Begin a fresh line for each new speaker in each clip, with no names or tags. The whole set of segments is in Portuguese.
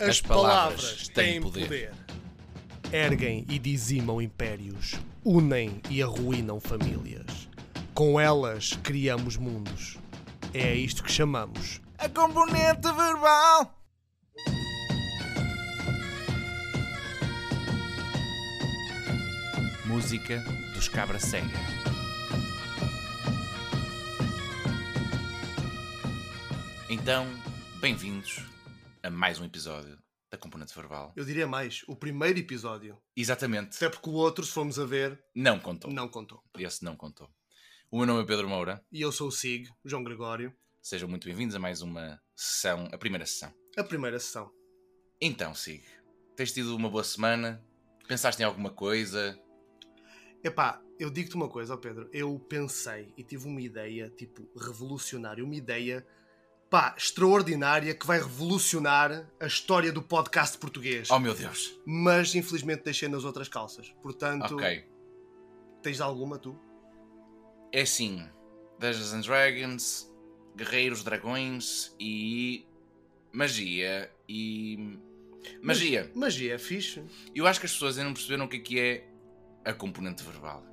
As, palavras, têm poder.
Erguem e dizimam impérios, unem e arruinam famílias. Com elas criamos mundos. É a isto que chamamos.
A componente verbal.
Música dos Cabra Cega. Então, bem-vindos a mais um episódio da Componente Verbal.
Eu diria mais, o primeiro episódio.
Exatamente,
Até porque o outro, se formos a ver,
não contou.
não contou.
Esse não contou. O meu nome é Pedro Moura.
E eu sou o Sig, João Gregório,
Sejam muito bem-vindos a mais uma sessão, a primeira sessão.
a primeira sessão.
Então, Sig, tens tido uma boa semana? Pensaste em alguma coisa?
Epá, eu digo-te uma coisa, ó Pedro. Eu pensei e tive uma ideia, tipo, revolucionária. Uma ideia, pá, extraordinária que vai revolucionar a história do podcast português.
Oh, meu Deus!
Mas, infelizmente, deixei nas outras calças. Portanto,
Ok.
tens alguma tu?
é assim: Dungeons and Dragons, Guerreiros, Dragões e. Magia. E. Magia.
Magia, é fixe.
Eu acho que as pessoas ainda não perceberam o que é que é a componente verbal.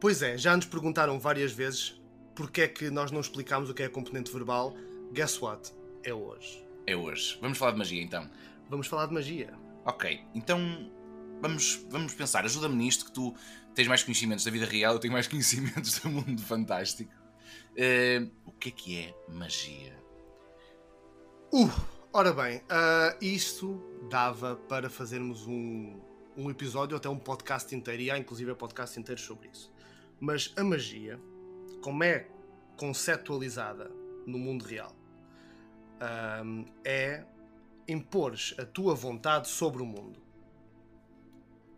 Pois é, já nos perguntaram várias vezes porque é que nós não explicámos o que é a componente verbal. Guess what? É hoje.
É hoje. Vamos falar de magia então.
Vamos falar de magia.
Ok, então. Vamos, vamos pensar. Ajuda-me nisto que tu tens mais conhecimentos da vida real, eu tenho mais conhecimentos do mundo fantástico. Eh, o que é que é magia?
Uh, ora bem, ah, isto dava para fazermos um, um episódio, até um podcast inteiro, e há inclusive podcast inteiro sobre isso. Mas a magia, como é conceptualizada no mundo real, ah, é impores a tua vontade sobre o mundo.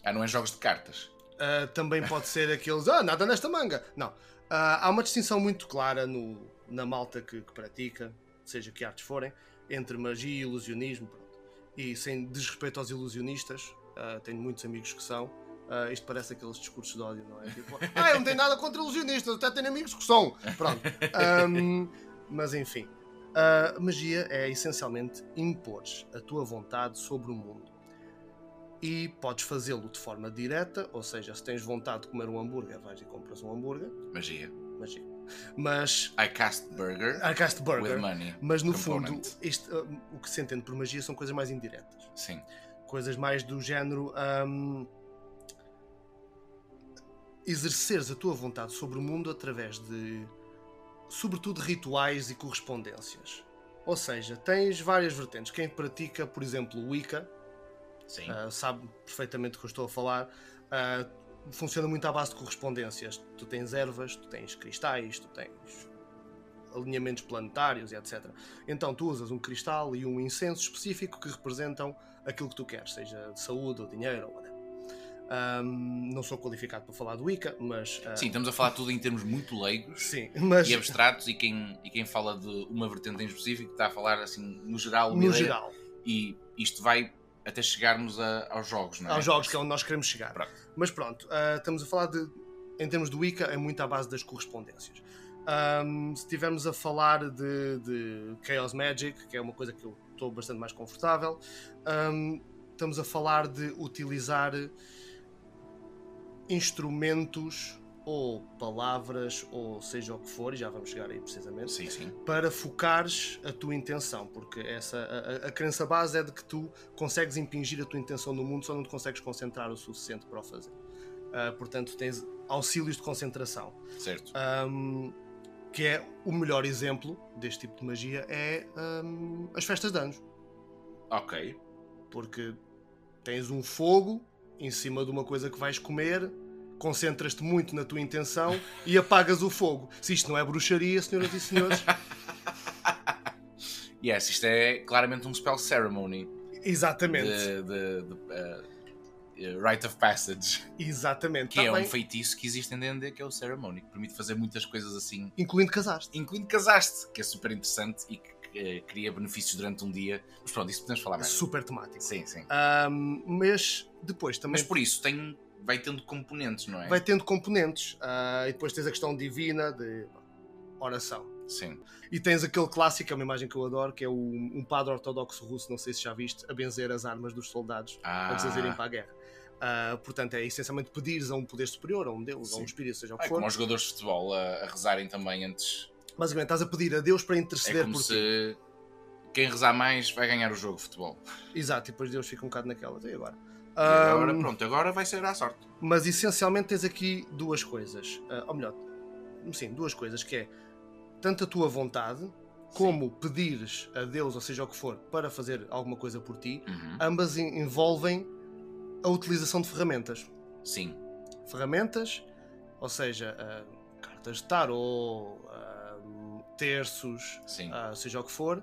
Ah, não é jogos de cartas.
Uh, também pode ser aqueles ah, nada nesta manga. Não. Uh, há uma distinção muito clara no, na malta que, que pratica, seja que artes forem, entre magia e ilusionismo. pronto. E sem desrespeito aos ilusionistas, uh, tenho muitos amigos que são. uh, isto parece aqueles discursos de ódio, não é? Tipo, ah, eu não tenho nada contra ilusionistas, até tenho amigos que são. Pronto. Um, mas enfim. A magia é essencialmente impor a tua vontade sobre o mundo e podes fazê-lo de forma direta, ou seja, se tens vontade de comer um hambúrguer, vais e compras um hambúrguer,
Magia.
mas mas
I cast burger
arcaste
with
burger.
money.
Mas no
component.
fundo, isto, uh, o que se entende por magia são coisas mais indiretas,
Sim.
coisas mais do género hum, exerceres a tua vontade sobre o mundo através de, sobretudo, rituais e correspondências. Ou seja, tens várias vertentes. Quem pratica, por exemplo, Wicca,
Sim.
Uh, sabe perfeitamente o que eu estou a falar. Uh, funciona muito à base de correspondências. Tu tens ervas, tu tens cristais, tu tens alinhamentos planetários e etc. Então tu usas um cristal e um incenso específico que representam aquilo que tu queres, seja de saúde ou dinheiro ou whatever. Um, não sou qualificado para falar do Wicca, mas. uh,
Sim, estamos a falar tudo em termos muito leigos
sim, mas.
e abstratos e quem, e quem fala de uma vertente em específico está a falar assim no geral, uma
No
ideia,
geral,
e isto vai até chegarmos a- aos jogos, não é?
aos jogos que é onde nós queremos chegar.
Pronto.
Mas pronto, ah, estamos a falar de. Em termos do Wicca, é muito à base das correspondências. Ahm, se estivermos a falar de, de Chaos Magic, que é uma coisa que eu estou bastante mais confortável, ahm, estamos a falar de utilizar instrumentos ou palavras, ou seja o que for, e já vamos chegar aí precisamente
Sim, sim.
para focares a tua intenção, porque essa a- a, a crença base é de que tu consegues impingir a tua intenção no mundo, só não te consegues concentrar o suficiente para o fazer. Ah, portanto, tens auxílios de concentração,
Certo.
Ah. Ahm, que é o melhor exemplo deste tipo de magia é ahm, as festas de anos,
Ok.
porque tens um fogo em cima de uma coisa que vais comer. Concentras-te muito na tua intenção e apagas o fogo. Se isto não é bruxaria, senhoras e senhores,
Yes, isto é claramente um spell ceremony
exatamente.
de, de- de, eh, eh, Rite of Passage,
Exatamente.
que
Tá
é
bem,
um feitiço que existe em D&D, que é o ceremony, que permite fazer muitas coisas assim
Incluindo casaste.
incluindo casaste, que é super interessante e que eh, cria benefícios durante um dia. Mas pronto, isso podemos falar mais.
Super temático.
Sim, sim.
Ahm, mas depois também
Mas por isso tem, vai tendo componentes, não é?
vai tendo componentes. Ah, e depois tens a questão divina de oração.
Sim.
E tens aquele clássico, é uma imagem que eu adoro, que é um, um padre ortodoxo russo, não sei se já viste, a benzer as armas dos soldados
Ah.
antes de eles irem para a guerra. Ah, portanto, é essencialmente pedires a um poder superior, a um deus, a
Sim.
um espírito, seja o que
Ah, é
for.
como os jogadores de futebol a, a rezarem também antes.
Basicamente, estás a pedir a Deus para interceder
é como
por ti.
se quem rezar mais vai ganhar o jogo de futebol.
Exato, e depois Deus fica um bocado naquela. E agora?
E agora,
Ahm,
pronto, agora vai ser à sorte.
Mas essencialmente tens aqui duas coisas. Ah, ou melhor, sim, duas coisas, que é tanto a tua vontade como pedires a Deus, ou seja o que for, para fazer alguma coisa por ti,
Uhum.
ambas en- envolvem a utilização de ferramentas.
Sim.
Ferramentas, ou seja, ah, cartas de tarô, ah, terços,
Sim.
ah, seja o que for,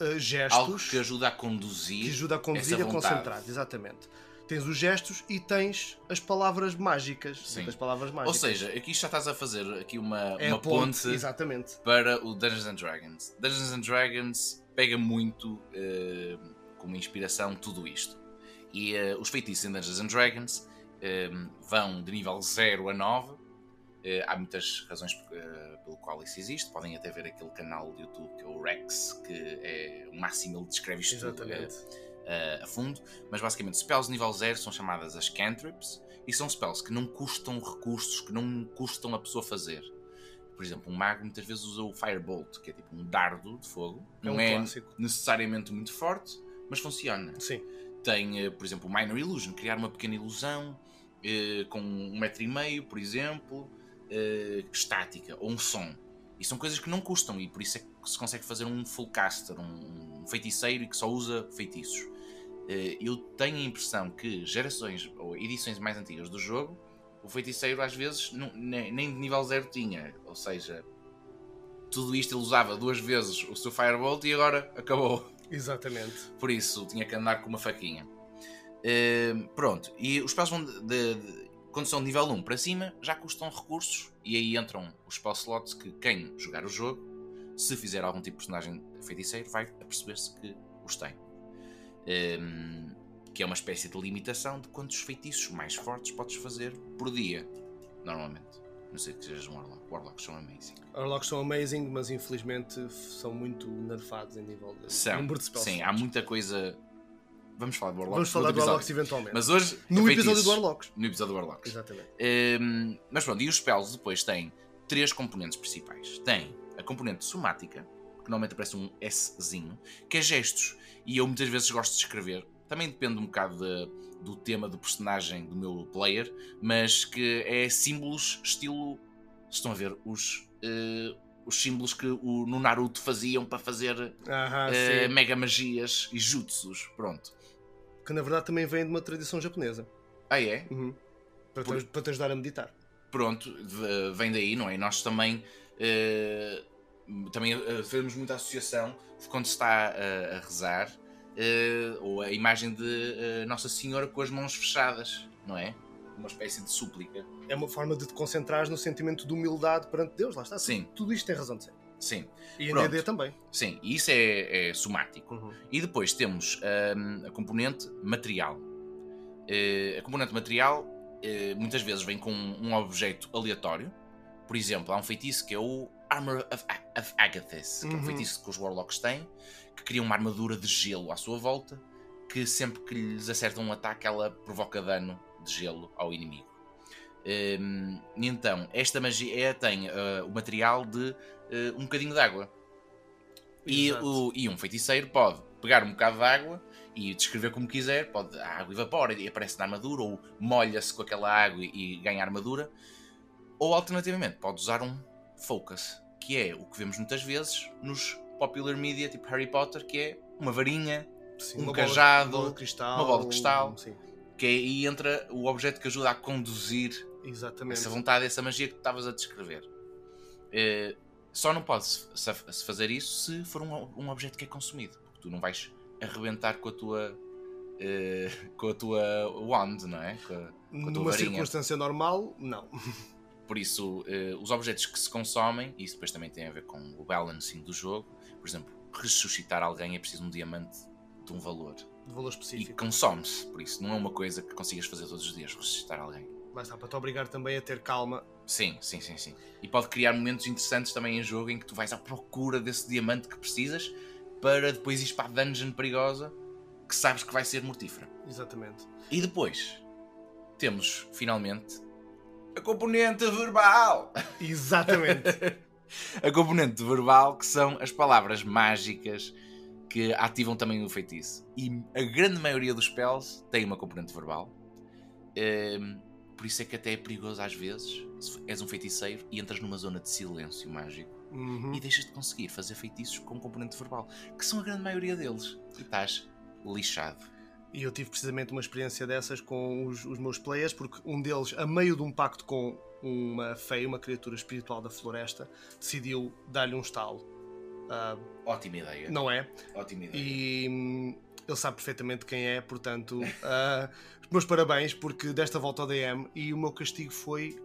ah,
Algo
gestos
que ajuda a conduzir.
que ajuda a conduzir e
essa
a
vontade.
concentrar, exatamente. Tens os gestos e tens as palavras mágicas.
Sim.
Tens palavras
Ou
mágicas.
seja, aqui já estás a fazer aqui uma,
é
uma
a ponte,
ponte
Exatamente.
para o Dungeons and Dragons. Dungeons and Dragons pega muito eh, como inspiração tudo isto. E eh, os feitiços em Dungeons and Dragons eh, vão de nível 0 a 9. Eh, há muitas razões por- eh, pelo qual isso existe. Podem até ver aquele canal do YouTube que é o Rex, que é o máximo, ele descreve isto tudo, eh,
Exatamente.
eh, a fundo. Mas basicamente, spells de nível 0 são chamadas as cantrips e são spells que não custam recursos, que não custam a pessoa fazer. Por exemplo, um mago muitas vezes usa o Firebolt, que é tipo um dardo de fogo.
É
não
um
é
clássico.
necessariamente muito forte, mas funciona.
Sim.
Tem, eh, por exemplo, o Minor Illusion, criar uma pequena ilusão eh, com um metro e meio, por exemplo, eh, estática, ou um som. E são coisas que não custam, e por isso é que se consegue fazer um fullcaster, um, um feiticeiro e que só usa feitiços. Eh, eu tenho a impressão que gerações ou edições mais antigas do jogo, o feiticeiro às vezes nu- ne- nem de nível zero tinha. Ou seja, tudo isto ele usava duas vezes o seu Firebolt e agora acabou.
Exatamente.
Por isso, tinha que andar com uma faquinha. Ehm, pronto, e os spells vão de, de- de- quando são de nível 1 para cima, já custam recursos e aí entram os spell slots que quem jogar o jogo, se fizer algum tipo de personagem feiticeiro, vai aperceber-se que os tem. Ehm, que é uma espécie de limitação de quantos feitiços mais fortes podes fazer por dia, normalmente. Não sei que sejas um Warlock. Warlocks são amazing.
Orlocks são amazing, mas infelizmente f- são muito nerfados em nível de
São.
número de spells.
Sim, há muita coisa. Vamos falar de
Vamos
Warlocks. no
falar
outro
do Orlocks
episódio.
eventualmente.
Mas hoje.
no
é
episódio
feitiços.
do Orlocks.
No episódio do Warlocks.
Exatamente.
Hum, mas pronto, e os spells depois têm três componentes principais. Tem a componente somática, que normalmente aparece um Szinho, que é gestos. E eu muitas vezes gosto de escrever. Também depende um bocado de- do tema do personagem do meu player, mas que é símbolos estilo. Estão a ver os, eh, os símbolos que o, no Naruto faziam para fazer
Aham,
eh,
Ah, sim.
mega magias e jutsus. Pronto.
Que na verdade também vem de uma tradição japonesa.
Ah, é?
Uhum. Para,
Por-
te, para te ajudar a meditar.
pronto, v- vem daí, não é? E Nós também, eh, também eh, fazemos muita associação de quando se está eh, a rezar, eh, ou a imagem de eh, Nossa Senhora com as mãos fechadas, não é? Uma espécie de súplica.
É uma forma de te concentrares no sentimento de humildade perante Deus. Lá está.
Sim.
Tudo isto tem razão de ser.
Sim,
E em
Pronto.
D&D também.
sim, e isso é, é somático.
Uhum.
E depois temos hum, a componente material. Eh, a componente material eh, muitas vezes vem com um objeto aleatório. Por exemplo, há um feitiço que é o Armor of, A- of Agathis, que é um
Uhum.
feitiço que os Warlocks têm, que cria uma armadura de gelo à sua volta, que sempre que lhes acerta um ataque, ela provoca dano de gelo ao inimigo. Hum, e então, esta magia tem eh, o material de eh, um bocadinho de água. E,
Exato.
o- e um feiticeiro pode pegar um bocado de água e descrever como quiser, pode, a água evapora e aparece na armadura, ou molha-se com aquela água e, e ganha armadura, ou alternativamente pode usar um focus, que é o que vemos muitas vezes nos popular media, tipo Harry Potter, que é uma varinha,
Sim,
um
uma bola-
cajado,
uma bola de cristal,
uma bola de cristal.
Sim,
que aí entra o objeto que ajuda a conduzir
exatamente.
essa é vontade, essa magia que tu estavas a descrever. Eh, só não podes se se fazer isso se for um, um objeto que é consumido, porque tu não vais arrebentar com a tua eh, com a tua wand, não é? Com a- com a tua
Numa
varinha.
circunstância normal, não.
Por isso, eh, os objetos que se consomem, e isso depois também tem a ver com o balancing do jogo, por exemplo, ressuscitar alguém é preciso um diamante de um valor
De valor
e
específico.
consome-se, por isso não é uma coisa que consigas fazer todos os dias, ressuscitar alguém.
Mas dá para te obrigar também a ter calma.
Sim, sim, sim, sim. E pode criar momentos interessantes também em jogo em que tu vais à procura desse diamante que precisas para depois ir para a dungeon perigosa que sabes que vai ser mortífera.
Exatamente.
E depois temos finalmente a componente verbal.
Exatamente.
A componente verbal que são as palavras mágicas que ativam também o feitiço. E a grande maioria dos spells tem uma componente verbal. Ehm, por isso é que até é perigoso às vezes, se és um feiticeiro e entras numa zona de silêncio mágico
Uhum.
e deixas de conseguir fazer feitiços com componente verbal, que são a grande maioria deles. E estás lixado.
E eu tive precisamente uma experiência dessas com os, os meus players, porque um deles, a meio de um pacto com uma feia, uma criatura espiritual da floresta, decidiu dar-lhe um estalo. Ah,
Ótima ideia.
não é?
Ótima ideia.
E hum, ele sabe perfeitamente quem é, portanto, ah, os meus parabéns, porque desta volta ao DM e o meu castigo foi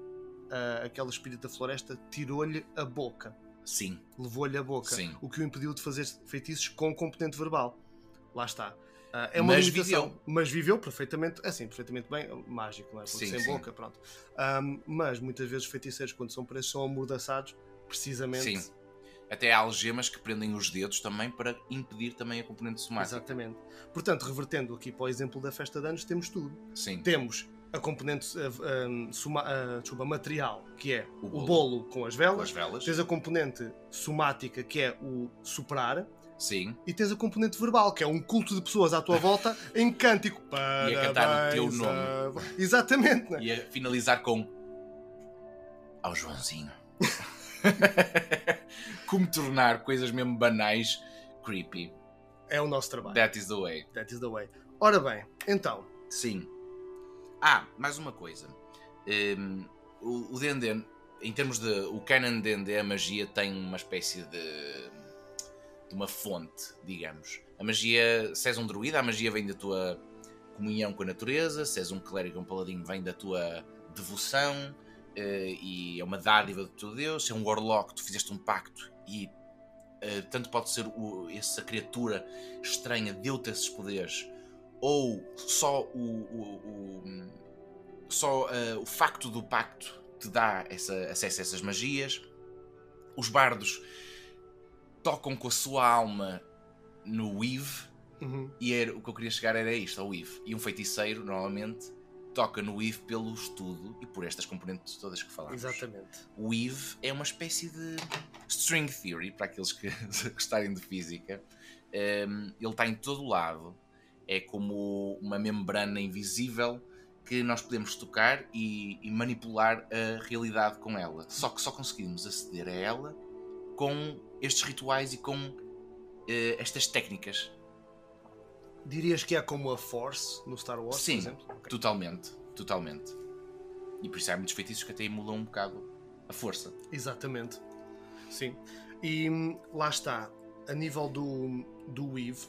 ah, aquele espírito da floresta tirou-lhe a boca,
Sim,
levou-lhe a boca,
Sim.
o que o impediu de fazer feitiços com componente verbal. Lá está. Ah, é uma
Mas
limitação,
viveu.
mas viveu perfeitamente, assim, perfeitamente bem, mágico, não é? Porque
Sim,
sem
sim.
boca, pronto. Ah, mas muitas vezes os feiticeiros, quando são presos, são amordaçados, precisamente.
Sim. até há algemas que prendem os dedos também para impedir também a componente somática.
Exatamente. Portanto, revertendo aqui para o exemplo da festa de anos, temos tudo.
Sim.
temos a componente eh, eh, suma- eh, desculpa, material, que é o
O
bolo,
bolo.
com as
Com as
velas,
velas.
tens a componente somática, que é o soprar,
Sim.
e tens a componente verbal, que é um culto de pessoas à tua volta em cântico.
E a cantar o teu
Parabéns a vo- Exatamente, né?
E a finalizar com. Ao Joãozinho. Como tornar coisas mesmo banais creepy.
é o nosso trabalho.
That is the way.
That is the way. Ora bem, então,
Sim. Ah, mais uma coisa. Hum, o o D&D, em termos de... O canon D&D, a magia tem uma espécie de... De uma fonte, digamos. A magia... Se és um druida, a magia vem da tua comunhão com a natureza. Se és um clérigo ou um paladino, vem da tua devoção. eh, e é uma dádiva do teu Deus. Se é um warlock, tu fizeste um pacto e... eh, tanto pode ser o- essa criatura estranha deu-te esses poderes ou só o, o- o- só eh, o facto do pacto te dá essa- acesso a essas magias. Os bardos tocam com a sua alma no Weave,
uhum,
e era- o que eu queria chegar era isto, ao Weave. E um feiticeiro, normalmente, toca no Weave pelo estudo e por estas componentes todas que falámos.
exatamente.
O Weave é uma espécie de string theory, para aqueles que gostarem de física. Um, ele está em todo o lado. É como uma membrana invisível que nós podemos tocar e, e manipular a realidade com ela. Só que só conseguimos aceder a ela com estes rituais e com eh, estas técnicas.
Dirias que é como a Force no Star Wars,
Sim.
por exemplo? Ok.
Totalmente, totalmente. E por isso há muitos feitiços que até emulam um bocado a força.
Exatamente. Sim. E hum, lá está, a nível do, do Weave,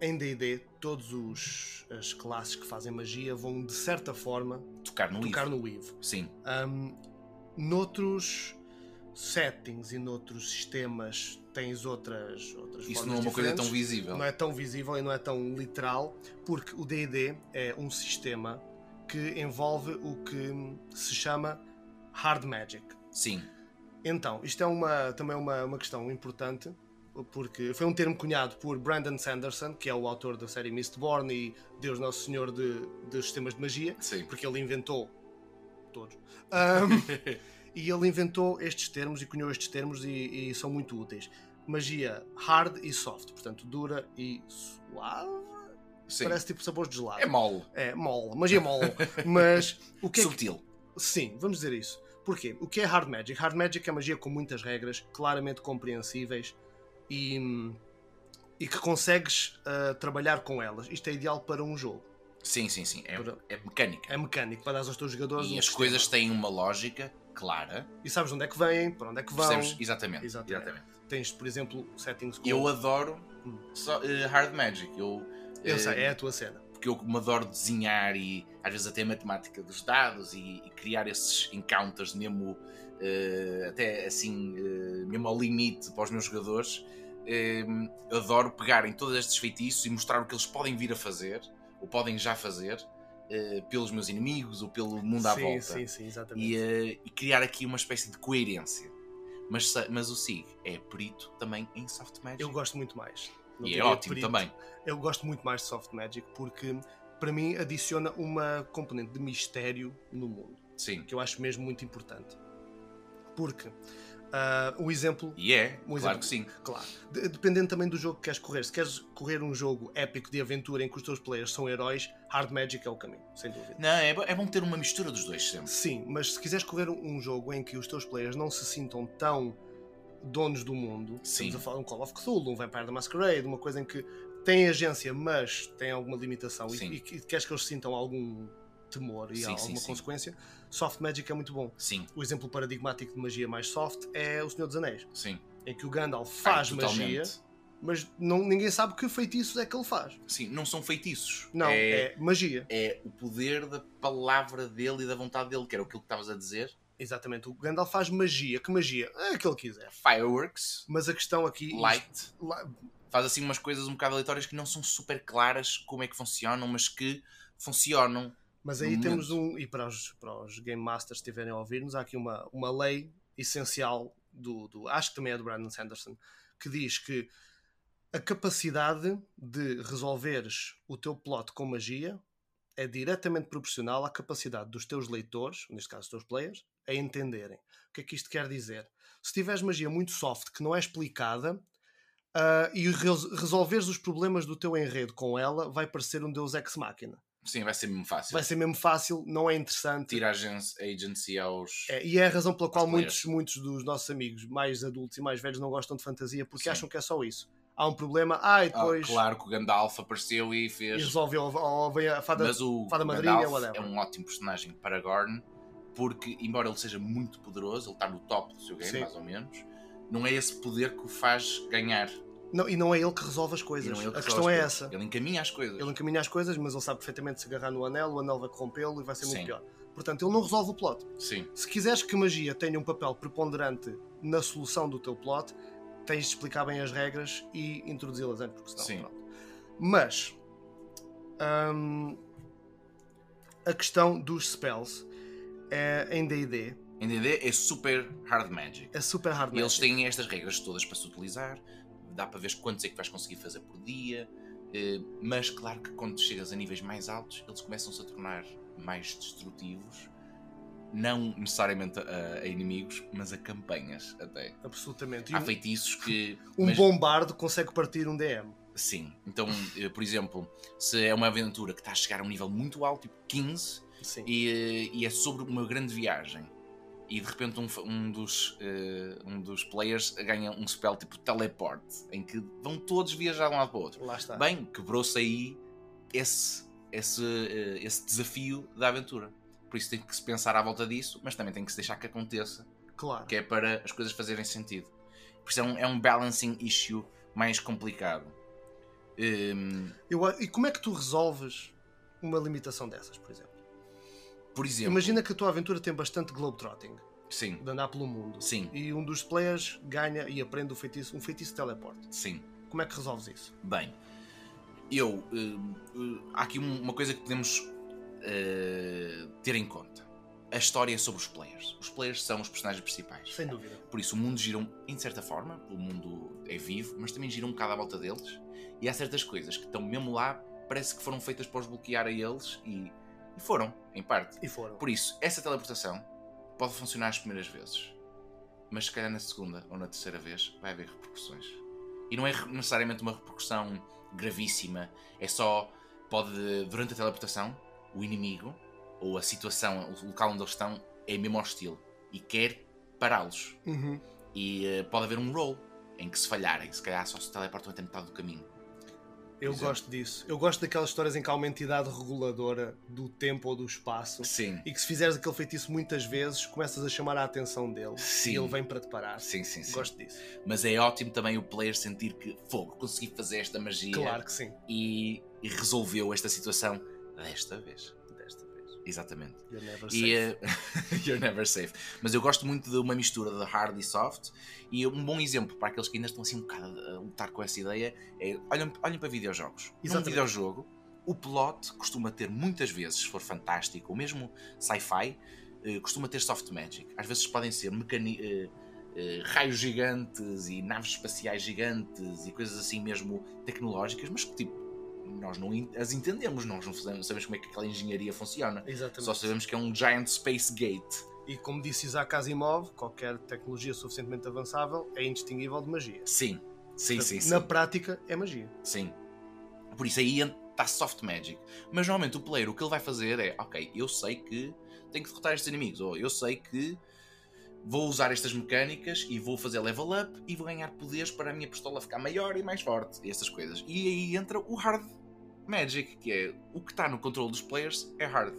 em DD, todas as classes que fazem magia vão, de certa forma,
Tocar no
tocar
Weave.
no Weave.
Sim,
Hum, noutros settings e noutros sistemas tens outras, outras
isso
formas
não é uma coisa
diferentes
tão visível.
não é tão visível e não é tão literal, porque o D&D é um sistema que envolve o que se chama hard magic.
Sim.
Então, isto é uma, também uma, uma questão importante, porque foi um termo cunhado por Brandon Sanderson, que é o autor da série Mistborn e Deus Nosso Senhor de, de sistemas de magia,
Sim.
porque ele inventou todos. Ahm, e ele inventou estes termos e cunhou estes termos e, e são muito úteis. Magia hard e soft, portanto dura e suave.
Sim.
Parece tipo sabores de gelado.
É mole.
É, mole. Magia mole. Mas o que é que
Subtil.
Sim, vamos dizer isso. Porquê? O que é Hard Magic? Hard Magic é magia com muitas regras, claramente compreensíveis e, e que consegues ah, trabalhar com elas. Isto é ideal para um jogo.
Sim, sim, sim. É,
Para-
é mecânica.
É mecânico para dar aos teus jogadores.
e
um
as
sistema.
coisas têm uma lógica clara.
E sabes de onde é que vêm, para onde é que vão.
Percebes? Exatamente.
Exatamente. Tens, por exemplo, settings com.
Eu adoro
Hum.
só, eh, Hard Magic. Eu,
Eu
eh,
sei, é a tua cena.
Porque eu me adoro desenhar e às vezes até a matemática dos dados e, e criar esses encounters mesmo eh, até assim, eh, mesmo ao limite para os meus jogadores. Eh, adoro pegar em todos estes feitiços e mostrar o que eles podem vir a fazer ou podem já fazer eh, eh, pelos meus inimigos ou pelo mundo à
sim,
volta.
sim, sim, exatamente.
E, eh, e criar aqui uma espécie de coerência. Mas, sa- mas o Sig é perito também em soft magic.
Eu gosto muito mais. Não
e é
diria
ótimo
perito.
também.
Eu gosto muito mais de Soft Magic porque, para mim, adiciona uma componente de mistério no mundo,
Sim.
que eu acho mesmo muito importante. Porque ah, o exemplo
E é,
Um exemplo.
claro que sim.
Claro. De- dependendo também do jogo que queres correr. Se queres correr um jogo épico de aventura em que os teus players são heróis, Hard Magic é o caminho, sem dúvida.
Não, é, bo- é bom ter uma mistura dos dois sempre.
Sim, mas se quiseres correr um um jogo em que os teus players não se sintam tão donos do mundo,
Sim.
estamos a falar de um Call of Cthulhu, um Vampire the Masquerade, uma coisa em que têm agência, mas têm alguma limitação e,
Sim.
e que- queres que eles sintam algum temor e
Sim, sim,
alguma
sim.
consequência, Soft Magic é muito bom.
Sim,
O exemplo paradigmático de magia mais soft é o Senhor dos Anéis,
sim.
em que o Gandalf faz
Ai, totalmente.
magia. mas não- ninguém sabe que feitiços é que ele faz.
Sim, não são feitiços.
Não,
é,
é, magia.
é o poder da palavra dele e da vontade dele, que era aquilo que estavas a dizer.
Exatamente. O Gandalf faz magia. Que magia? É a que ele quiser.
Fireworks,
Mas a questão aqui.
light.
isto- la-
Faz assim umas coisas um bocado aleatórias que não são super claras como é que funcionam, mas que funcionam.
Mas
No
aí
momento.
temos um. E para os, para os Game Masters que estiverem a ouvir-nos, há aqui uma, uma lei essencial do, do. Acho que também é do Brandon Sanderson, que diz que a capacidade de resolveres o teu plot com magia é diretamente proporcional à capacidade dos teus leitores, neste caso os teus players, a entenderem. O que é que isto quer dizer? Se tiveres magia muito soft, que não é explicada, ah, e res- resolveres os problemas do teu enredo com ela, vai parecer um Deus Ex Machina.
Sim, vai ser mesmo fácil.
Vai ser mesmo fácil, não é interessante.
Tirar a agency aos.
É, e é a razão pela qual
players.
muitos, muitos dos nossos amigos mais adultos e mais velhos não gostam de fantasia porque
Sim.
acham que é só isso. Há um problema, ah, e
Ah,
depois
claro que o Gandalf apareceu e
e
fez.
resolveu, ou, ou vem a fada
mas o
Fada Madrinha,
Gandalf
whatever.
é um ótimo personagem para Gorn, porque embora ele seja muito poderoso, ele está no top do seu game,
Sim.
mais ou menos, não é esse poder que o faz ganhar. E
Não, e não é ele que resolve as coisas.
não é ele que
a
resolve
questão
as
é
coisas.
essa.
Ele encaminha as coisas.
Ele encaminha as coisas, mas ele sabe perfeitamente se agarrar no anel, o anel vai corrompê-lo e vai ser muito
Sim.
pior. Portanto, ele não resolve o plot.
Sim,
Se quiseres que a magia tenha um papel preponderante na solução do teu plot, tens de explicar bem as regras e introduzi-las antes, porque senão.
Sim.
Pronto. Mas hum, a questão dos spells é, em DD
em D&D é super hard magic.
é super hard
E eles
magic.
têm estas regras todas para se utilizar, dá para ver quantos é que vais conseguir fazer por dia, eh, mas claro que quando chegas a níveis mais altos, eles começam-se a tornar mais destrutivos, não necessariamente a, a inimigos, mas a campanhas até.
Absolutamente. E
Há
um-
feitiços que.
um
mas-
bombardo consegue partir um DM.
Sim, então, eh, por exemplo, se é uma aventura que está a chegar a um nível muito alto, tipo 15,
Sim.
e, eh, e é sobre uma grande viagem. E de repente um, fa- um dos, eh, um dos players ganha um spell tipo teleporte, em que vão todos viajar de um lado para o outro.
Lá está.
Bem, quebrou-se aí esse, esse, eh, esse desafio da aventura. Por isso tem que se pensar à volta disso, mas também tem que se deixar que aconteça,
claro.
que é para as coisas fazerem sentido. Por isso é um, é um balancing issue mais complicado. Hum,
Eu a- e como é que tu resolves uma limitação dessas, por exemplo?
por exemplo.
Imagina que a tua aventura tem bastante globetrotting,
Sim,
de andar pelo mundo.
sim,
e um dos players ganha e aprende o feitiço, um feitiço de teleporte.
sim.
Como é que resolves isso?
Bem, eu. hum, hum, há aqui um- uma coisa que podemos eh, ter em conta. A história é sobre os players. Os players são os personagens principais.
Sem dúvida.
Por isso, o mundo gira, um- em certa forma, o mundo é vivo, mas também gira um bocado à volta deles. E há certas coisas que estão mesmo lá, parece que foram feitas para os bloquear a eles e, e foram, em parte.
E foram.
Por isso, essa teleportação pode funcionar as primeiras vezes, mas se calhar na segunda ou na terceira vez vai haver repercussões. E não é re- necessariamente uma repercussão gravíssima, é só pode, durante a teleportação, o inimigo ou a situação, o local onde eles estão é mesmo hostil e quer pará-los.
Uhum.
E eh, pode haver um roll em que se falharem, se calhar só se teleportam até metade do caminho.
Eu
Exato.
gosto disso. Eu gosto daquelas histórias em que há uma entidade reguladora do tempo ou do espaço
Sim,
e que se fizeres aquele feitiço muitas vezes, começas a chamar a atenção dele
Sim.
e ele vem para te parar.
sim, sim, sim.
Gosto disso.
Mas é ótimo também o player sentir que fogo, consegui fazer esta magia.
Claro que sim.
e, e resolveu esta situação desta vez.
Desta vez.
Exatamente.
You're never safe.
E, eh, you're never safe. Mas eu gosto muito de uma mistura de hard e soft. E um bom exemplo para aqueles que ainda estão assim um bocado a lutar com essa ideia é olhem, olhem para videojogos. Num
Exatamente.
videojogo, O plot costuma ter muitas vezes, se for fantástico, ou mesmo sci-fi, eh, costuma ter soft magic. Às vezes podem ser mecani- eh, eh, raios gigantes e naves espaciais gigantes e coisas assim mesmo tecnológicas, mas que tipo, nós não en- as entendemos, nós não fazemos- sabemos como é que aquela engenharia funciona.
Exatamente.
Só sabemos que é um giant space gate.
E como disse Isaac Asimov, qualquer tecnologia suficientemente avançável é indistinguível de magia.
Sim, sim, sim, sim.
Na prática, é magia.
Sim. Por isso aí está soft magic. Mas normalmente o player o que ele vai fazer é: ok, eu sei que tenho que derrotar estes inimigos, ou eu sei que vou usar estas mecânicas e vou fazer level up e vou ganhar poderes para a minha pistola ficar maior e mais forte, e essas coisas. E aí entra o hard magic, que é o que está no controle dos players é hard,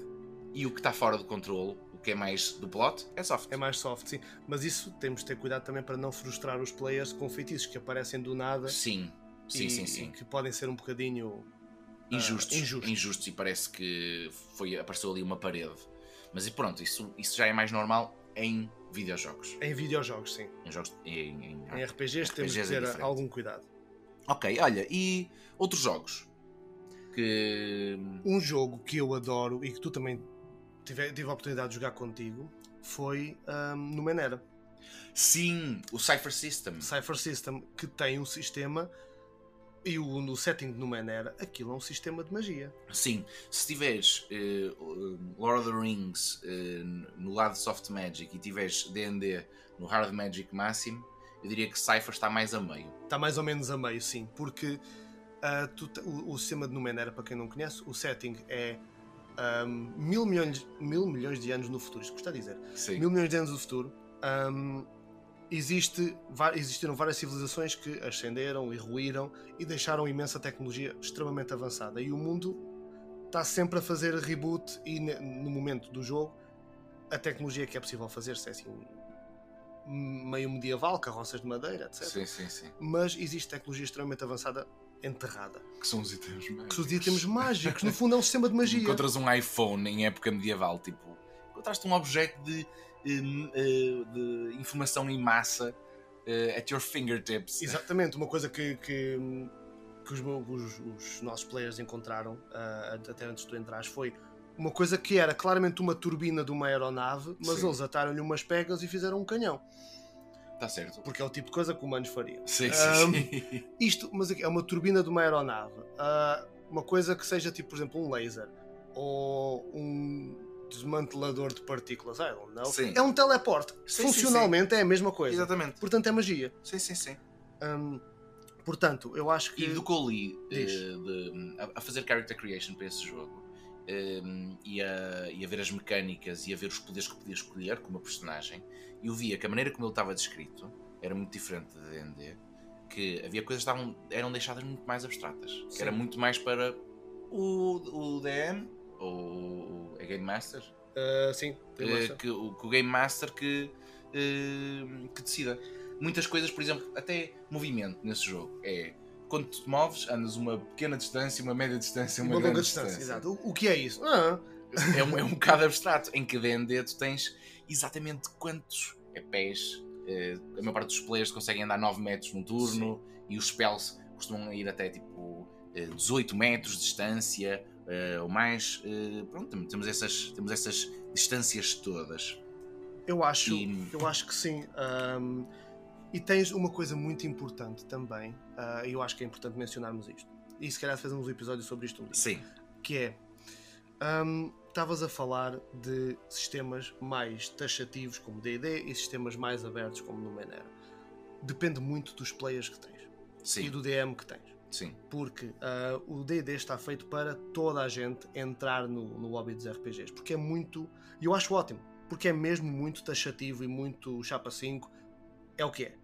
e o que está fora do controle, o que é mais do plot, é soft.
É mais soft, sim. Mas isso temos de ter cuidado também para não frustrar os players com feitiços que aparecem do nada
Sim, sim,
e,
sim,
e
sim.
que podem ser um bocadinho. Ah,
injustos,
injustos.
injustos e parece que foi, apareceu ali uma parede. Mas e pronto, isso, isso já é mais normal em videojogos.
Em videojogos, sim.
Em jogos. Em, em-
Em RPGs, temos
RPGs é
de ter
diferente.
algum cuidado.
Ok, olha, e outros jogos que.
Um jogo que eu adoro e que tu também tive, tive a oportunidade de jogar contigo foi ahm, no Manera.
Sim, o Cypher System.
Cypher System, que tem um sistema e o, no setting do Manera, aquilo é um sistema de magia.
Sim, se tiveres eh, um, Lord of the Rings eh, no lado soft magic e tiveres DD no hard magic máximo, eu diria que Cypher está mais a meio.
Está Tá mais ou menos a meio, sim, porque ah, tu te- o, o sistema de Numenera, para quem não conhece, o setting é ahm, mil, milhões, mil milhões de anos no futuro, isto custa a dizer.
Sim.
Mil milhões de anos no futuro. ahm, existe, va- existiram várias civilizações que ascenderam e ruíram e deixaram imensa tecnologia extremamente avançada. E o mundo está sempre a fazer reboot e ne- no momento do jogo a tecnologia que é possível fazer, se é assim meio medieval, carroças de madeira, etc
Sim, sim, sim.
mas existe tecnologia extremamente avançada enterrada.
Que são os itens
Que os itens mágicos, no fundo é um sistema de magia.
Encontras um iPhone em época medieval, tipo, encontraste um objeto de, hum, eh, de informação em massa eh, at your fingertips.
Exatamente, uma coisa que, que, que os, mo- os- os nossos players encontraram ah, até antes de tu entrares foi uma coisa que era claramente uma turbina de uma aeronave, mas
Sim.
eles ataram-lhe umas pegas e fizeram um canhão,
Está Tá certo.
porque é o tipo de coisa que humanos fariam.
Sim, sim, sim.
Isto, mas aqui, é uma turbina de uma aeronave, ah, uma coisa que seja tipo, por exemplo, um laser ou um desmantelador de partículas, I don't know.
Sim.
É um teleporte.
Sim,
Funcionalmente é a mesma coisa.
Exatamente.
Portanto, é magia.
Sim, sim, sim.
Hum, portanto, eu acho que.
E do que eu li eh,
Diz.
de- a, a fazer character creation para esse jogo em, e, a, e a ver as mecânicas e a ver os poderes que podia escolher como a personagem, eu via que a maneira como ele estava descrito era muito diferente de D&D, que havia coisas que estavam, eram deixadas muito mais abstratas, que era
Sim.
muito mais para o, o DM ou o a Game Master,
Ah, sim, tem
eh,
essa.
que, o, que o Game Master que, eh, que decida. Muitas coisas, por exemplo, até movimento nesse jogo. É quando tu te moves, andas uma pequena distância, uma média distância, uma,
uma
grande
longa distância. Exato. O, o que é isso? Ah,
É, um, é um bocado abstrato. Em que D&D tu tens exatamente quantos é pés. eh, a maior parte dos players conseguem andar 9 metros num turno e os spells costumam ir até tipo eh, 18 metros de distância eh, ou mais. Eh, pronto, temos essas, temos essas distâncias todas.
eu, acho,
E-
eu acho que sim. Hum, e tens uma coisa muito importante também, ah, e eu acho que é importante mencionarmos isto. E se calhar fazemos um episódio sobre isto um dia.
Sim.
que é hum, estavas a falar de sistemas mais taxativos como D&D e sistemas mais abertos como Numenera depende muito dos players que tens
Sim,
e do DM que tens
sim,
porque ah, o D&D está feito para toda a gente entrar no, no hobby dos RPGs porque é muito, e eu acho ótimo porque é mesmo muito taxativo e muito chapa 5 é o que é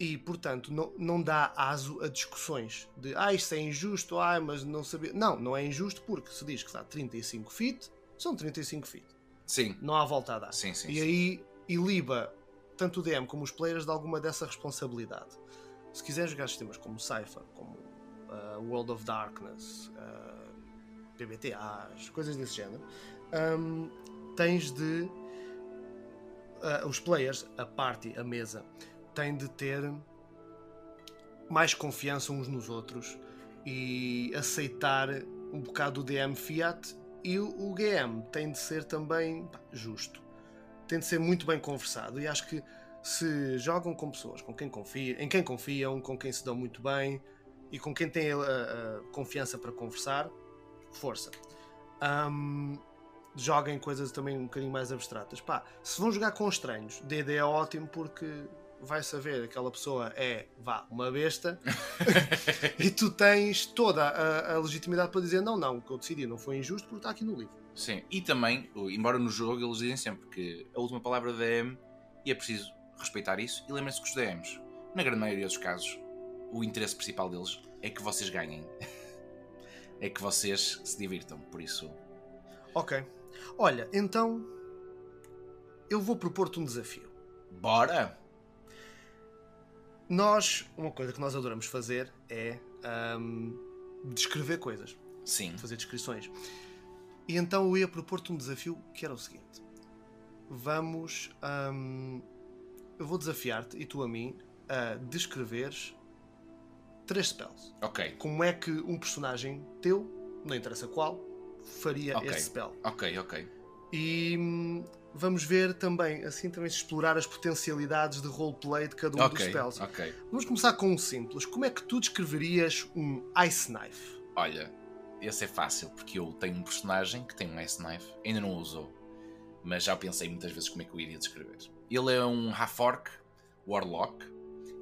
e portanto não, não dá aso a discussões de ah isto é injusto, ah mas não sabia não, não é injusto porque se diz que está 35 feet, são 35 feet
sim,
não há volta a dar
sim, sim.
e
sim.
aí iliba tanto o DM como os players de alguma dessa responsabilidade. Se quiser jogar sistemas como Cypher, como ah, World of Darkness, ah, PBTAs, coisas desse género, ahm, tens de. ah, os players, a party, a mesa, têm de ter mais confiança uns nos outros e aceitar um bocado o DM Fiat e o, o GM tem de ser também pá, justo. Tem de ser muito bem conversado e acho que se jogam com pessoas com quem confia, em quem confiam, com quem se dão muito bem e com quem têm a, a- a confiança para conversar, força. Ahm, joguem coisas também um bocadinho mais abstratas. Pá, se vão jogar com estranhos, DD é ótimo porque vai saber aquela pessoa é, vá, uma besta e tu tens toda a, a legitimidade para dizer não, não, o que eu decidi não foi injusto porque está aqui no livro.
Sim, e também, o- embora no jogo eles dizem sempre que a última palavra é do DM e é preciso respeitar isso. E lembrem-se que os DMs, na grande maioria dos casos, o interesse principal deles é que vocês ganhem, é que vocês se divirtam. Por isso,
Ok. Olha, então eu vou propor-te um desafio.
bora!
Nós, uma coisa que nós adoramos fazer é ahm, descrever coisas,
Sim,
fazer descrições. E então eu ia propor-te um desafio que era o seguinte: vamos. ahm, eu vou desafiar-te e tu a mim a descreveres três spells.
ok,
Como é que um personagem teu, não interessa qual, faria
Ok.
esse spell.
ok, ok.
E hum, vamos ver também, assim também se explorar as potencialidades de roleplay de cada um dos
ok,
spells.
ok.
Vamos começar com um simples. Como é que tu descreverias um Ice Knife?
Olha, esse é fácil porque eu tenho um personagem que tem um Ice Knife, ainda não o usou, mas já pensei muitas vezes como é que eu iria descrever. Ele é um Half-Orc, Warlock,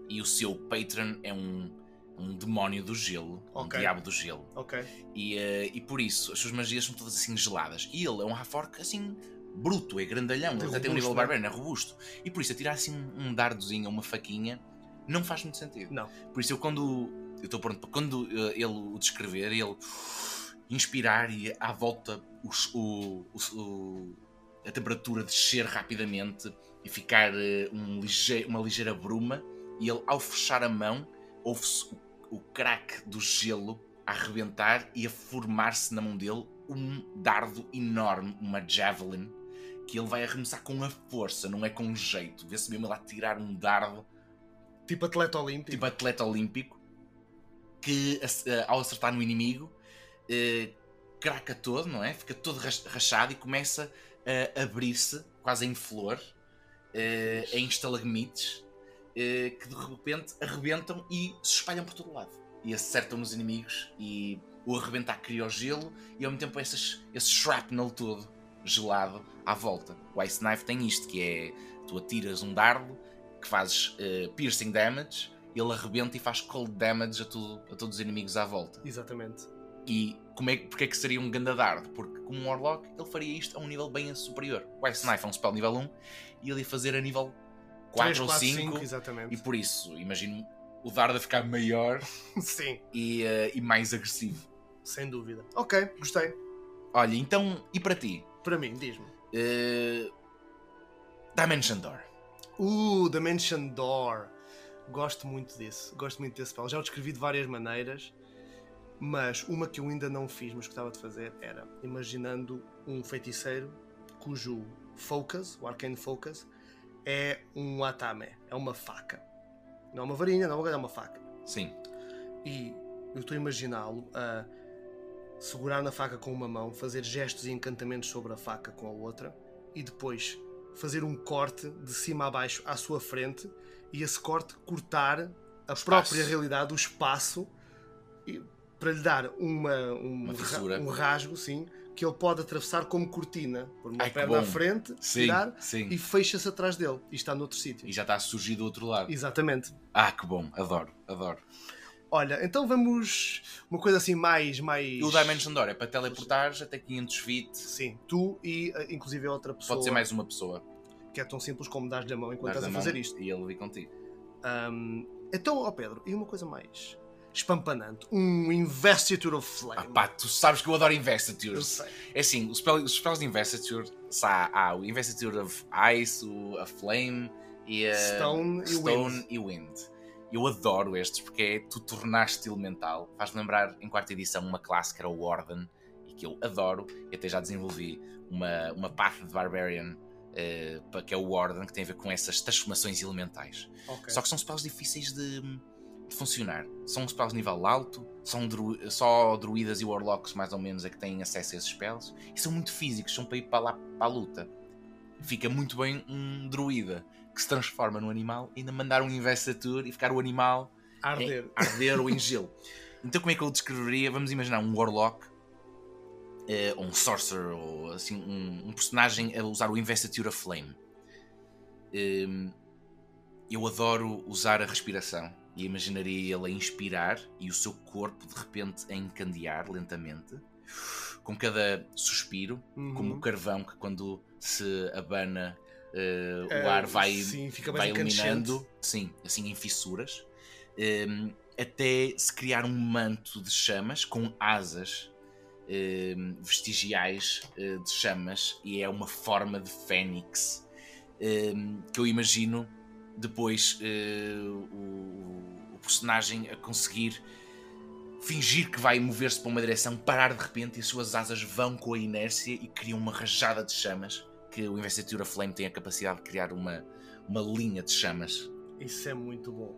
e o seu patron é um, um demónio do gelo,
Ok.
um diabo do gelo.
Ok.
E, eh, e por isso, as suas magias são todas assim geladas. E ele é um Half-Orc assim. Bruto, é grandalhão, ele
É
até tem
robusto,
um nível
não é?
de barbeiro, é robusto. E por isso, atirar assim um um dardozinho, uma faquinha, não faz muito sentido.
Não.
Por isso eu quando eu estou pronto para quando eh, ele o descrever, ele inspirar e à volta os- o, o- o- a temperatura descer rapidamente e ficar eh, um lige- uma ligeira bruma e ele ao fechar a mão ouve-se o, o craque do gelo a arrebentar e a formar-se na mão dele um dardo enorme, uma javelin que ele vai arremessar com a força, não é com jeito. Vê-se mesmo ele a tirar um dardo
Tipo atleta olímpico.
tipo atleta olímpico, que ac- eh, ao acertar no inimigo, eh, craca todo, não é? Fica todo ras- rachado e começa a abrir-se, quase em flor, eh, em estalagmites, eh, que de repente arrebentam e se espalham por todo o lado. E acertam nos inimigos e o arrebentar cria o gelo e ao mesmo tempo essas, esse shrapnel todo gelado à volta. O Ice Knife tem isto, que é tu atiras um dardo que fazes eh, piercing damage, ele arrebenta e faz cold damage a, tudo, a todos os inimigos à volta.
Exatamente.
E como é, que- porque é que seria um gandadardo? Porque como um Warlock, ele faria isto a um nível bem superior. O Ice Knife é um spell nível 1 e ele ia fazer a nível 4
Três,
ou
quatro,
5.
cinco, exatamente.
e por isso, imagino o dardo a ficar maior
Sim,
e, eh, e mais agressivo.
sem dúvida. Ok, gostei.
Olha, então, e para ti?
Para mim, diz-me.
Eh, Dimension Door.
Uh, Dimension Door. Gosto muito desse. Gosto muito desse spell. Já o descrevi de várias maneiras, mas uma que eu ainda não fiz, mas gostava de fazer, era imaginando um feiticeiro cujo focus, o arcane focus, é um atame, é uma faca. Não é uma varinha, não é uma é uma faca.
Sim,
E eu estou a imaginá-lo a segurar na faca com uma mão, fazer gestos e encantamentos sobre a faca com a outra e depois fazer um corte de cima a baixo à sua frente e esse corte cortar a própria realidade, o espaço, e- para lhe dar uma, um,
Uma
ra-
fissura.
um rasgo, sim, que ele pode atravessar como cortina, por uma
Ai, que
perna à
bom.
frente,
sim,
tirar
sim.
e fecha-se atrás dele e está noutro sítio.
E já está a surgir do outro lado.
Exatamente.
Ah, que bom, adoro, adoro.
Olha, então vamos uma coisa assim mais, mais.
E o Dimension Door é para teleportares até 500 feet.
Sim, tu e eh, inclusive a outra pessoa.
Pode ser mais uma pessoa.
Que é tão simples como dar lhe a mão enquanto
Dás
estás a
mão
fazer isto.
E ele vem contigo.
Ahm, então, ó Pedro, e uma coisa mais espampanante: um Investiture of
Ah
Flame.
pá, tu sabes que eu adoro
Eu
Investitures.
sei.
É assim, os spell- os spells de Investiture, se há, há o Investiture of Ice, o, a Flame e a
Stone e
Eh, Stone e Wind. Eu adoro estes porque é tu tornaste elemental. Faz-me lembrar em quarta edição uma classe que era o Warden e que eu adoro. Eu até já desenvolvi uma, uma path de Barbarian eh, pa- que é o Warden, que tem a ver com essas transformações elementais.
Ok.
Só que são spells difíceis de, de de funcionar. São spells de nível alto, são dru- só druidas e warlocks mais ou menos é que têm acesso a esses spells, e são muito físicos, são para ir para lá para a luta. Fica muito bem um druida que se transforma num animal e ainda mandar um investiture e ficar o animal
A Arder.
a arder ou em gelo. Então como é que eu descreveria? Vamos imaginar um warlock, eh, ou um sorcerer, ou assim, um, um personagem a usar o investiture of flame. Em, eu adoro usar a respiração e imaginaria ele a inspirar e o seu corpo de repente a encandear lentamente com cada suspiro,
Uhum.
é como o carvão que quando se abana eh, o
Eh,
ar vai
sim, fica mais
vai
incandescente.
iluminando, sim, assim em fissuras, hum, até se criar um manto de chamas com asas hum, vestigiais eh, de chamas e é uma forma de fênix hum, que eu imagino depois eh, o, o personagem a conseguir fingir que vai mover-se para uma direção, parar de repente e as suas asas vão com a inércia e criam uma rajada de chamas que o Investitura Flame tem a capacidade de criar uma, uma linha de chamas.
Isso é muito bom.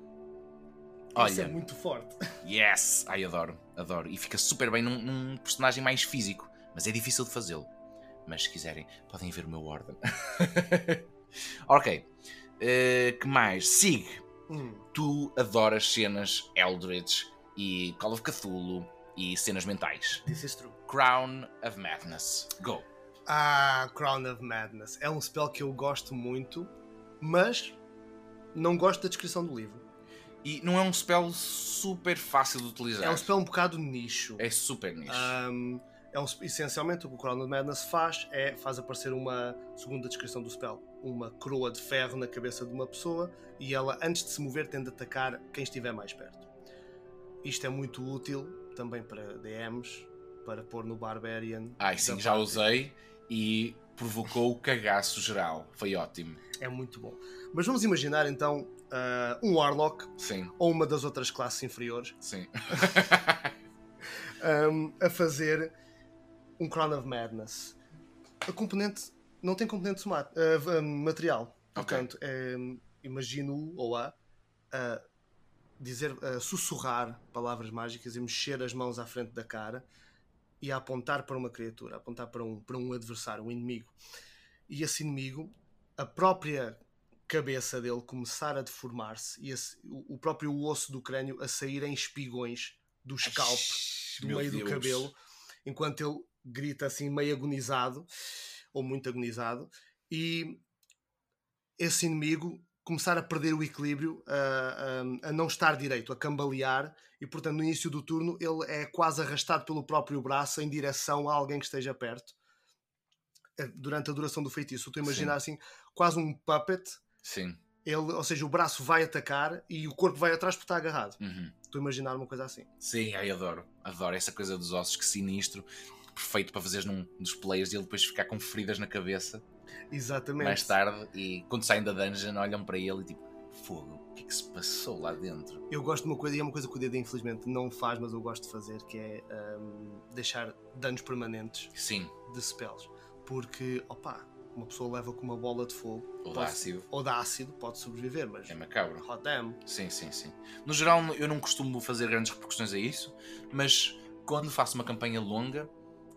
Isso é
Olha,
muito forte.
yes! Ai, adoro, adoro. E fica super bem num, num personagem mais físico, mas é difícil de fazê-lo. Mas se quiserem, podem ver o meu ordem. ok. Eh, que mais? Sig,
Hum.
tu adoras cenas Eldritch e Call of Cthulhu e cenas mentais.
This is true.
Crown of Madness. Go.
Ah, Crown of Madness. É um spell que eu gosto muito, mas não gosto da descrição do livro.
E não é um spell super fácil de utilizar.
É um spell um bocado nicho.
É super nicho.
Ahm, é um- essencialmente o que o Crown of Madness faz é faz aparecer uma, segundo a descrição do spell, uma coroa de ferro na cabeça de uma pessoa e ela, antes de se mover, tende a atacar quem estiver mais perto. Isto é muito útil também para DMs, para pôr no Barbarian.
Ai,
da
sim, já
party.
usei e provocou o cagaço geral. Foi ótimo.
É muito bom. Mas vamos imaginar então ah, um Warlock
Sim,
ou uma das outras classes inferiores
sim.
um, a fazer um Crown of Madness. A componente não tem componente soma- eh, v- um, material. Portanto, em, imagino ou a, a dizer, a sussurrar palavras mágicas e mexer as mãos à frente da cara e a apontar para uma criatura, a apontar para um, para um adversário, um inimigo. E esse inimigo, a própria cabeça dele começar a deformar-se e esse- o, o próprio osso do crânio a sair em espigões do scalp no
Meu
meio do
Deus.
cabelo, enquanto ele grita assim meio agonizado, ou muito agonizado, e esse inimigo começar a perder o equilíbrio, a, a- a não estar direito, a cambalear, e portanto no início do turno ele é quase arrastado pelo próprio braço em direção a alguém que esteja perto. Eh, Durante a duração do feitiço, estou a imaginar assim, quase um puppet,
Sim.
ele, ou seja, o braço vai atacar e o corpo vai atrás porque está agarrado.
Uhum.
Estou a imaginar uma coisa assim.
Sim, ai, adoro. Adoro essa coisa dos ossos, que sinistro. Perfeito para fazeres num dos players e ele depois ficar com feridas na cabeça
Exatamente.
mais tarde. E quando saem da dungeon, olham para ele e tipo: Fogo, o que é que se passou lá dentro?
Eu gosto de uma coisa, e é uma coisa que o DD infelizmente não faz, mas eu gosto de fazer, que é hum, deixar danos permanentes
Sim,
de spells. Porque, opa, uma pessoa leva com uma bola de fogo
o
Posso-
ácido
ou dá ácido, pode sobreviver, mas.
é macabro.
Hot damn.
Sim, sim, sim. No geral, eu não costumo fazer grandes repercussões a isso, mas quando faço uma campanha longa,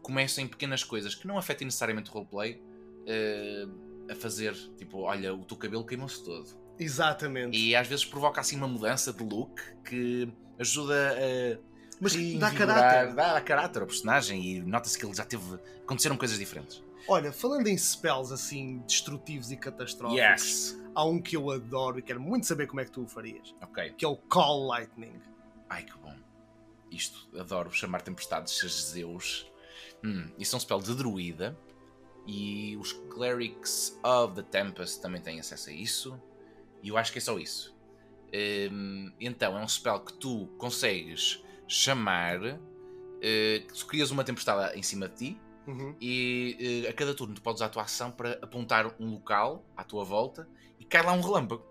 começo em pequenas coisas que não afetem necessariamente o roleplay, eh, a fazer tipo, olha, o teu cabelo queimou-se todo.
Exatamente.
E às vezes provoca assim uma mudança de look que ajuda a.
Mas dá
reinvigorar-
caráter.
Dá, dá caráter ao personagem e nota-se que ele já teve. Aconteceram coisas diferentes.
Olha, falando em spells assim destrutivos e catastróficos,
Yes!
há um que eu adoro e quero muito saber como é que tu o farias,
Ok.
que é o Call Lightning.
Ai que bom. Isto, adoro chamar tempestades, seus Zeus. Hum, isso é um spell de druida. E os Clerics of the Tempest também têm acesso a isso. E eu acho que é só isso. Hum, então, é um spell que tu consegues chamar. eh, que tu crias uma tempestade em cima de ti.
Uhum.
E eh, a cada turno tu podes usar a tua ação para apontar um local à tua volta e cai lá um relâmpago,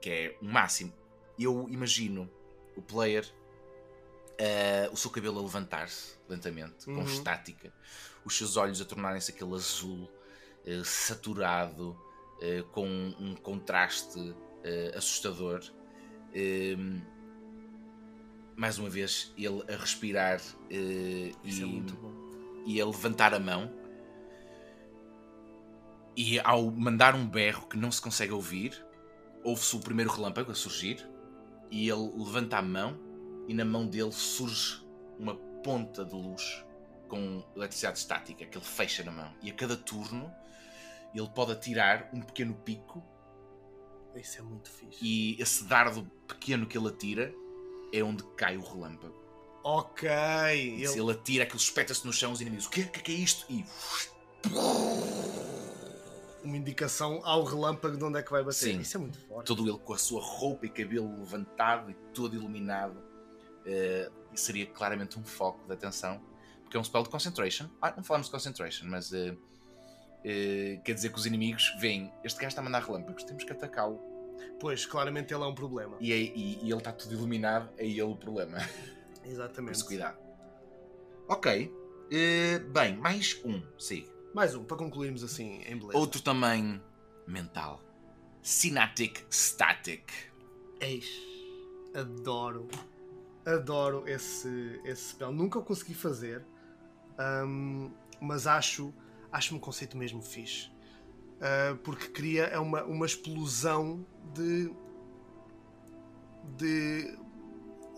que é o máximo. Eu imagino o player, eh, o seu cabelo a levantar-se lentamente, com
Uhum.
estática, os seus olhos a tornarem-se aquele azul eh, saturado, eh, com um contraste eh, assustador. Em, mais uma vez, ele a respirar eh,
Isso é
e,
muito bom.
e a levantar a mão. E ao mandar um berro que não se consegue ouvir, ouve-se o primeiro relâmpago a surgir. E ele levanta a mão, e na mão dele surge uma ponta de luz com eletricidade estática que ele fecha na mão. E a cada turno ele pode atirar um pequeno pico
Isso é muito fixe.
e esse dardo pequeno que ele atira é onde cai o relâmpago.
Ok.
E se
Ele...
ele atira, aquilo espeta-se no chão, os inimigos, o quê? O que é, que é isto? E
Uma indicação ao relâmpago de onde é que vai bater.
Sim.
Isso é muito forte.
todo ele com a sua roupa e cabelo levantado e todo iluminado. eh, e seria claramente um foco de atenção, porque é um spell de concentration. Ah, não falamos de concentration, mas eh, eh, quer dizer que os inimigos veem, este gajo está a mandar relâmpagos, temos que atacá-lo.
Pois, claramente ele é um problema.
E, é- e- e ele está tudo iluminado, é ele o problema. Por
Exatamente.
isso, cuidado. Ok. Eh, bem, mais um, siga.
Mais um, para concluirmos assim em beleza.
Outro também mental. Synatic Static.
Eis. Adoro. Adoro esse, esse spell. Nunca o consegui fazer. ahm, mas acho, acho um conceito mesmo fixe. Ah, porque cria é uma, uma explosão de. de.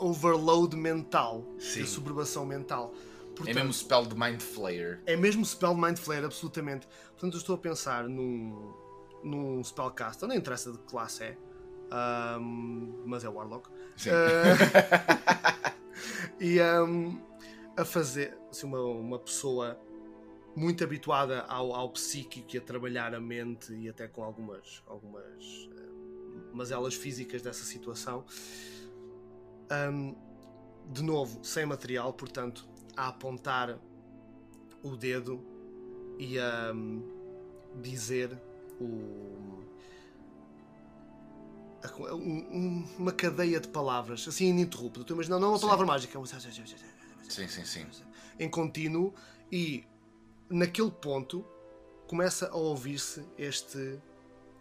overload mental.
Sim.
De soberbação mental.
É
Portanto,
mesmo o spell de Mind Flayer.
é mesmo spell Mind Flayer, absolutamente. Portanto, eu estou a pensar num, num spellcaster, não interessa de que classe é, ahm, mas é Warlock.
Sim.
Ah, e ahm, a fazer assim, uma, uma pessoa muito habituada ao, ao psíquico e a trabalhar a mente e até com algumas, algumas ah, mazelas físicas dessa situação. Ahm, de novo, sem material, portanto, a apontar o dedo e a hum, dizer o- a co- um- um- uma cadeia de palavras, assim ininterrupta. Tu imaginas, não é uma
Sim.
palavra mágica, é um-
Sim, sim, sim.
em contínuo, e naquele ponto começa a ouvir-se este,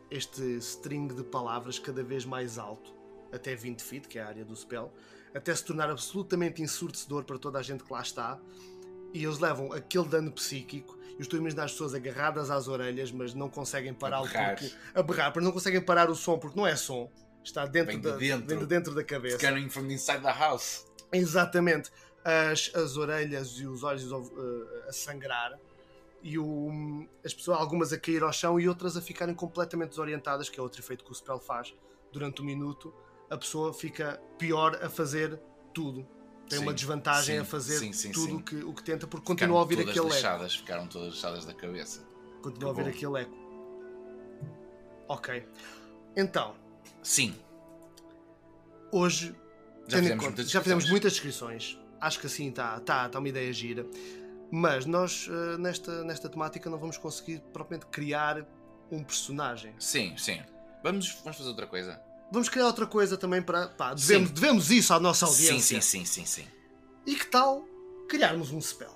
este string de palavras cada vez mais alto, até 20 feet, que é a área do spell, até se tornar absolutamente ensurdecedor para toda a gente que lá está. E eles levam aquele dano psíquico. Eu estou a imaginar as pessoas agarradas às orelhas, mas não conseguem parar o
berrar.
porque, a berrar, porque não conseguem parar o som, porque não é som. Está dentro,
Vem de
da,
dentro.
vem de dentro da cabeça.
Scanning from inside the house.
Exatamente. As, as orelhas e os olhos ao- eh, a sangrar e o- as pessoas, algumas a cair ao chão e outras a ficarem completamente desorientadas, que é outro efeito que o spell faz durante um minuto. A pessoa fica pior a fazer tudo. Tem uma
Sim,
desvantagem
sim,
a fazer
sim, sim,
tudo
sim.
o que, o que tenta, porque
Ficaram
continua a ouvir
todas Tá
aquele eco.
lixadas, Ficaram todas lixadas da cabeça.
Continua a
Que
ouvir aquele eco. Ok. Então,
Sim,
hoje
já
Tendo em
fizemos
conta-
muitas
já fizemos
descrições.
muitas descrições. Acho que assim está tá, tá uma ideia gira. Mas nós, eh, nesta, nesta temática, não vamos conseguir propriamente criar um personagem.
Sim, sim. Vamos, vamos fazer outra coisa?
Vamos criar outra coisa também para. Pá, devemos,
Sim.
devemos isso à nossa audiência.
Sim, sim, sim, sim, sim.
E que tal criarmos um spell?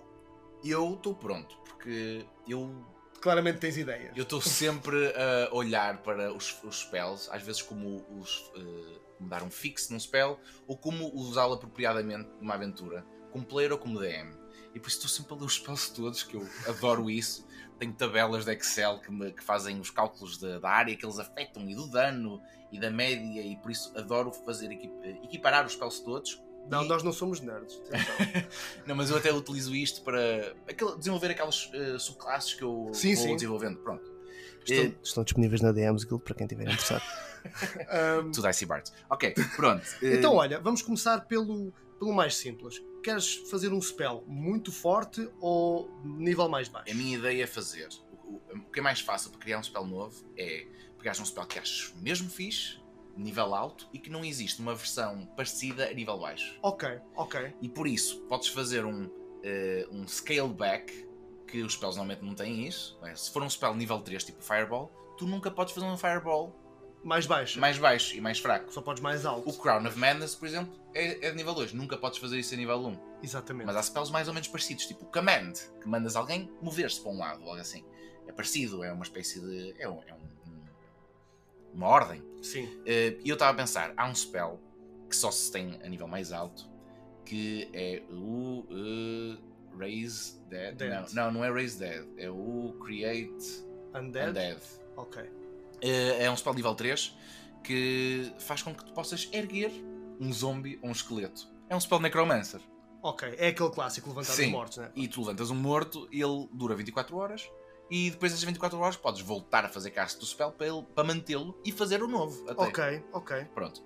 Eu estou pronto, porque eu
Claramente tens ideias.
Eu estou sempre a olhar para os, os spells, às vezes como os, eh, como dar um fix num spell ou como usá-lo apropriadamente numa aventura, como player ou como DM. E por isso estou sempre a ler os spells todos, que eu adoro isso. Tenho tabelas de Excel que, me- que fazem os cálculos da, da área que eles afetam e do dano e da média, e por isso adoro fazer equi- eh, equiparar os spells todos.
Não,
E-
nós não somos nerds. atenção.
não, mas eu até utilizo isto para aquele- desenvolver aquelas eh, subclasses que eu
Sim,
vou
sim.
desenvolvendo. Pronto.
estão,
Eh,
estão disponíveis na DMs Guild para quem estiver interessado. Ahm,
To Dicey Bart. Ok, pronto. Eh,
Então, olha, vamos começar pelo, pelo mais simples. Queres fazer um spell muito forte ou nível mais baixo?
a minha ideia é fazer. O, o- o que é mais fácil para criar um spell novo é pegares um spell que achas mesmo fixe, de nível alto, e que não existe uma versão parecida a nível baixo.
Ok, ok.
E por isso, podes fazer um, eh, um scale back, que os spells normalmente não têm isso. não é? Se for um spell nível 3, tipo Fireball, tu nunca podes fazer um Fireball
Mais baixo.
mais baixo e mais fraco.
Só podes mais alto.
O Crown of Madness, por exemplo, é, é de nível 2. Nunca podes fazer isso a nível 1.
Exatamente.
Mas há spells mais ou menos parecidos, tipo Command, que mandas alguém mover-se para um lado, ou algo assim. É parecido, é uma espécie de. é, um- é um- um- uma ordem.
Sim.
Eh, E eu estava a pensar, há um spell que só se tem a nível mais alto, que é o uh, Raise Dead.
Dead.
Não, não, não é Raise Dead, é o Create
Undead?
Undead.
Ok.
Eh, é um spell nível 3 que faz com que tu possas erguer um zombie ou um esqueleto. É um spell necromancer.
Ok, é aquele clássico levantar os
Sim.
mortos, né?
E tu levantas um morto, ele dura 24 horas. E depois dessas 24 horas podes voltar a fazer cast do spell para, ele- para mantê-lo e fazer o novo. Até.
Ok, ok.
Pronto.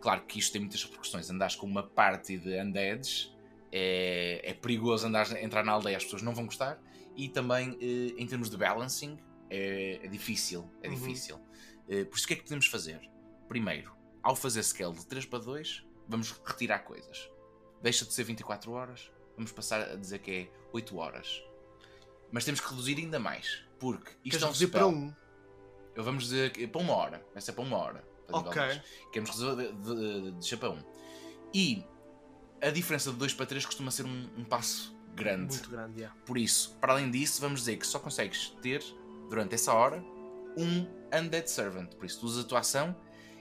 Claro que isto tem muitas repercussões. Andares com uma party de undeads, é, é perigoso andares, entrar na aldeia, as pessoas não vão gostar. E também, eh, em termos de balancing, é, é difícil. É
Uhum.
difícil. Eh, por isso, o que é que podemos fazer? Primeiro, ao fazer scale de 3 para 2, vamos retirar coisas. Deixa de ser 24 horas, vamos passar a dizer que é 8 horas. Mas temos que reduzir ainda mais, porque isto
Queres
é um
reduzir para
spell.
um?
Eu vamos dizer que para uma hora. Vai ser para uma hora. para
Ok.
nível dois. Queremos resolver é de, de, deixar para um. E a diferença de 2 para 3 costuma ser um, um passo grande.
Muito grande, yeah.
Por isso, para além disso, vamos dizer que só consegues ter, durante essa hora, um Undead Servant. Por isso, tu usas a tua ação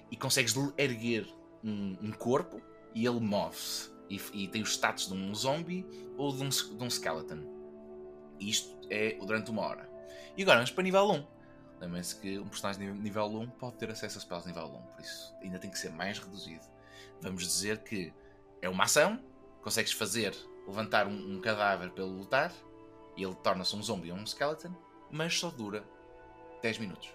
e consegues l- erguer um, um corpo e ele move-se. E, f- e tem os status de um zombie ou de um, s- de um skeleton. E isto é durante uma hora. E agora vamos para nível 1. Lembrem-se que um personagem nível- nível 1 pode ter acesso a spells nível 1, por isso ainda tem que ser mais reduzido. Vamos dizer que é uma ação, consegues fazer levantar um, um cadáver pelo lutar, e ele torna-se um zombie ou um skeleton, mas só dura 10 minutos.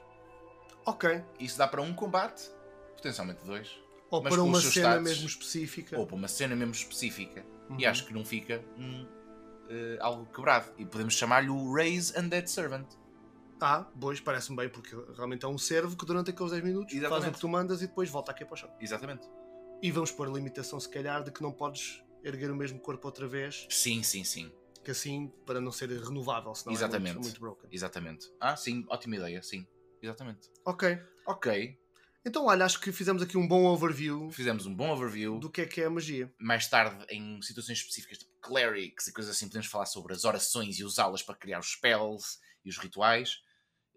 Ok.
Isso dá para um combate, potencialmente dois,
Ou
Mas
para
com os
uma
seus
cena
status.
mesmo específica.
ou para uma cena mesmo específica, e
Uhum.
acho que não fica hum, eh, algo quebrado. E podemos chamar-lhe o Raise Undead Servant.
Ah, pois, parece-me bem, porque realmente é um servo que durante aqueles 10 minutos faz o
Exatamente.
que tu mandas e depois volta aqui para o chão.
Exatamente.
E vamos pôr a limitação, se calhar, de que não podes erguer o mesmo corpo outra vez,
Sim, sim, sim.
que assim, para não ser renovável, senão é
Exatamente.
muito, muito broken.
Exatamente. Ah, sim, ótima ideia, sim. Exatamente.
Ok.
Ok,
Então, olha, acho que fizemos aqui um bom overview
fizemos um bom overview.
do que é que é a magia.
Mais tarde, em situações específicas, tipo clerics e coisas assim, podemos falar sobre as orações e usá-las para criar os spells e os rituais.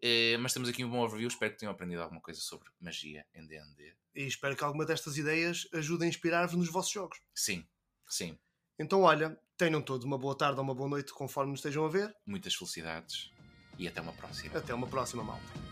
Eh, mas temos aqui um bom overview. Espero que tenham aprendido alguma coisa sobre magia em D&D.
E espero que alguma destas ideias ajude a inspirar-vos nos vossos jogos.
Sim, sim.
Então, olha, tenham todos uma boa tarde ou uma boa noite, conforme nos estejam a ver.
Muitas felicidades e até uma próxima.
Até uma próxima, malta.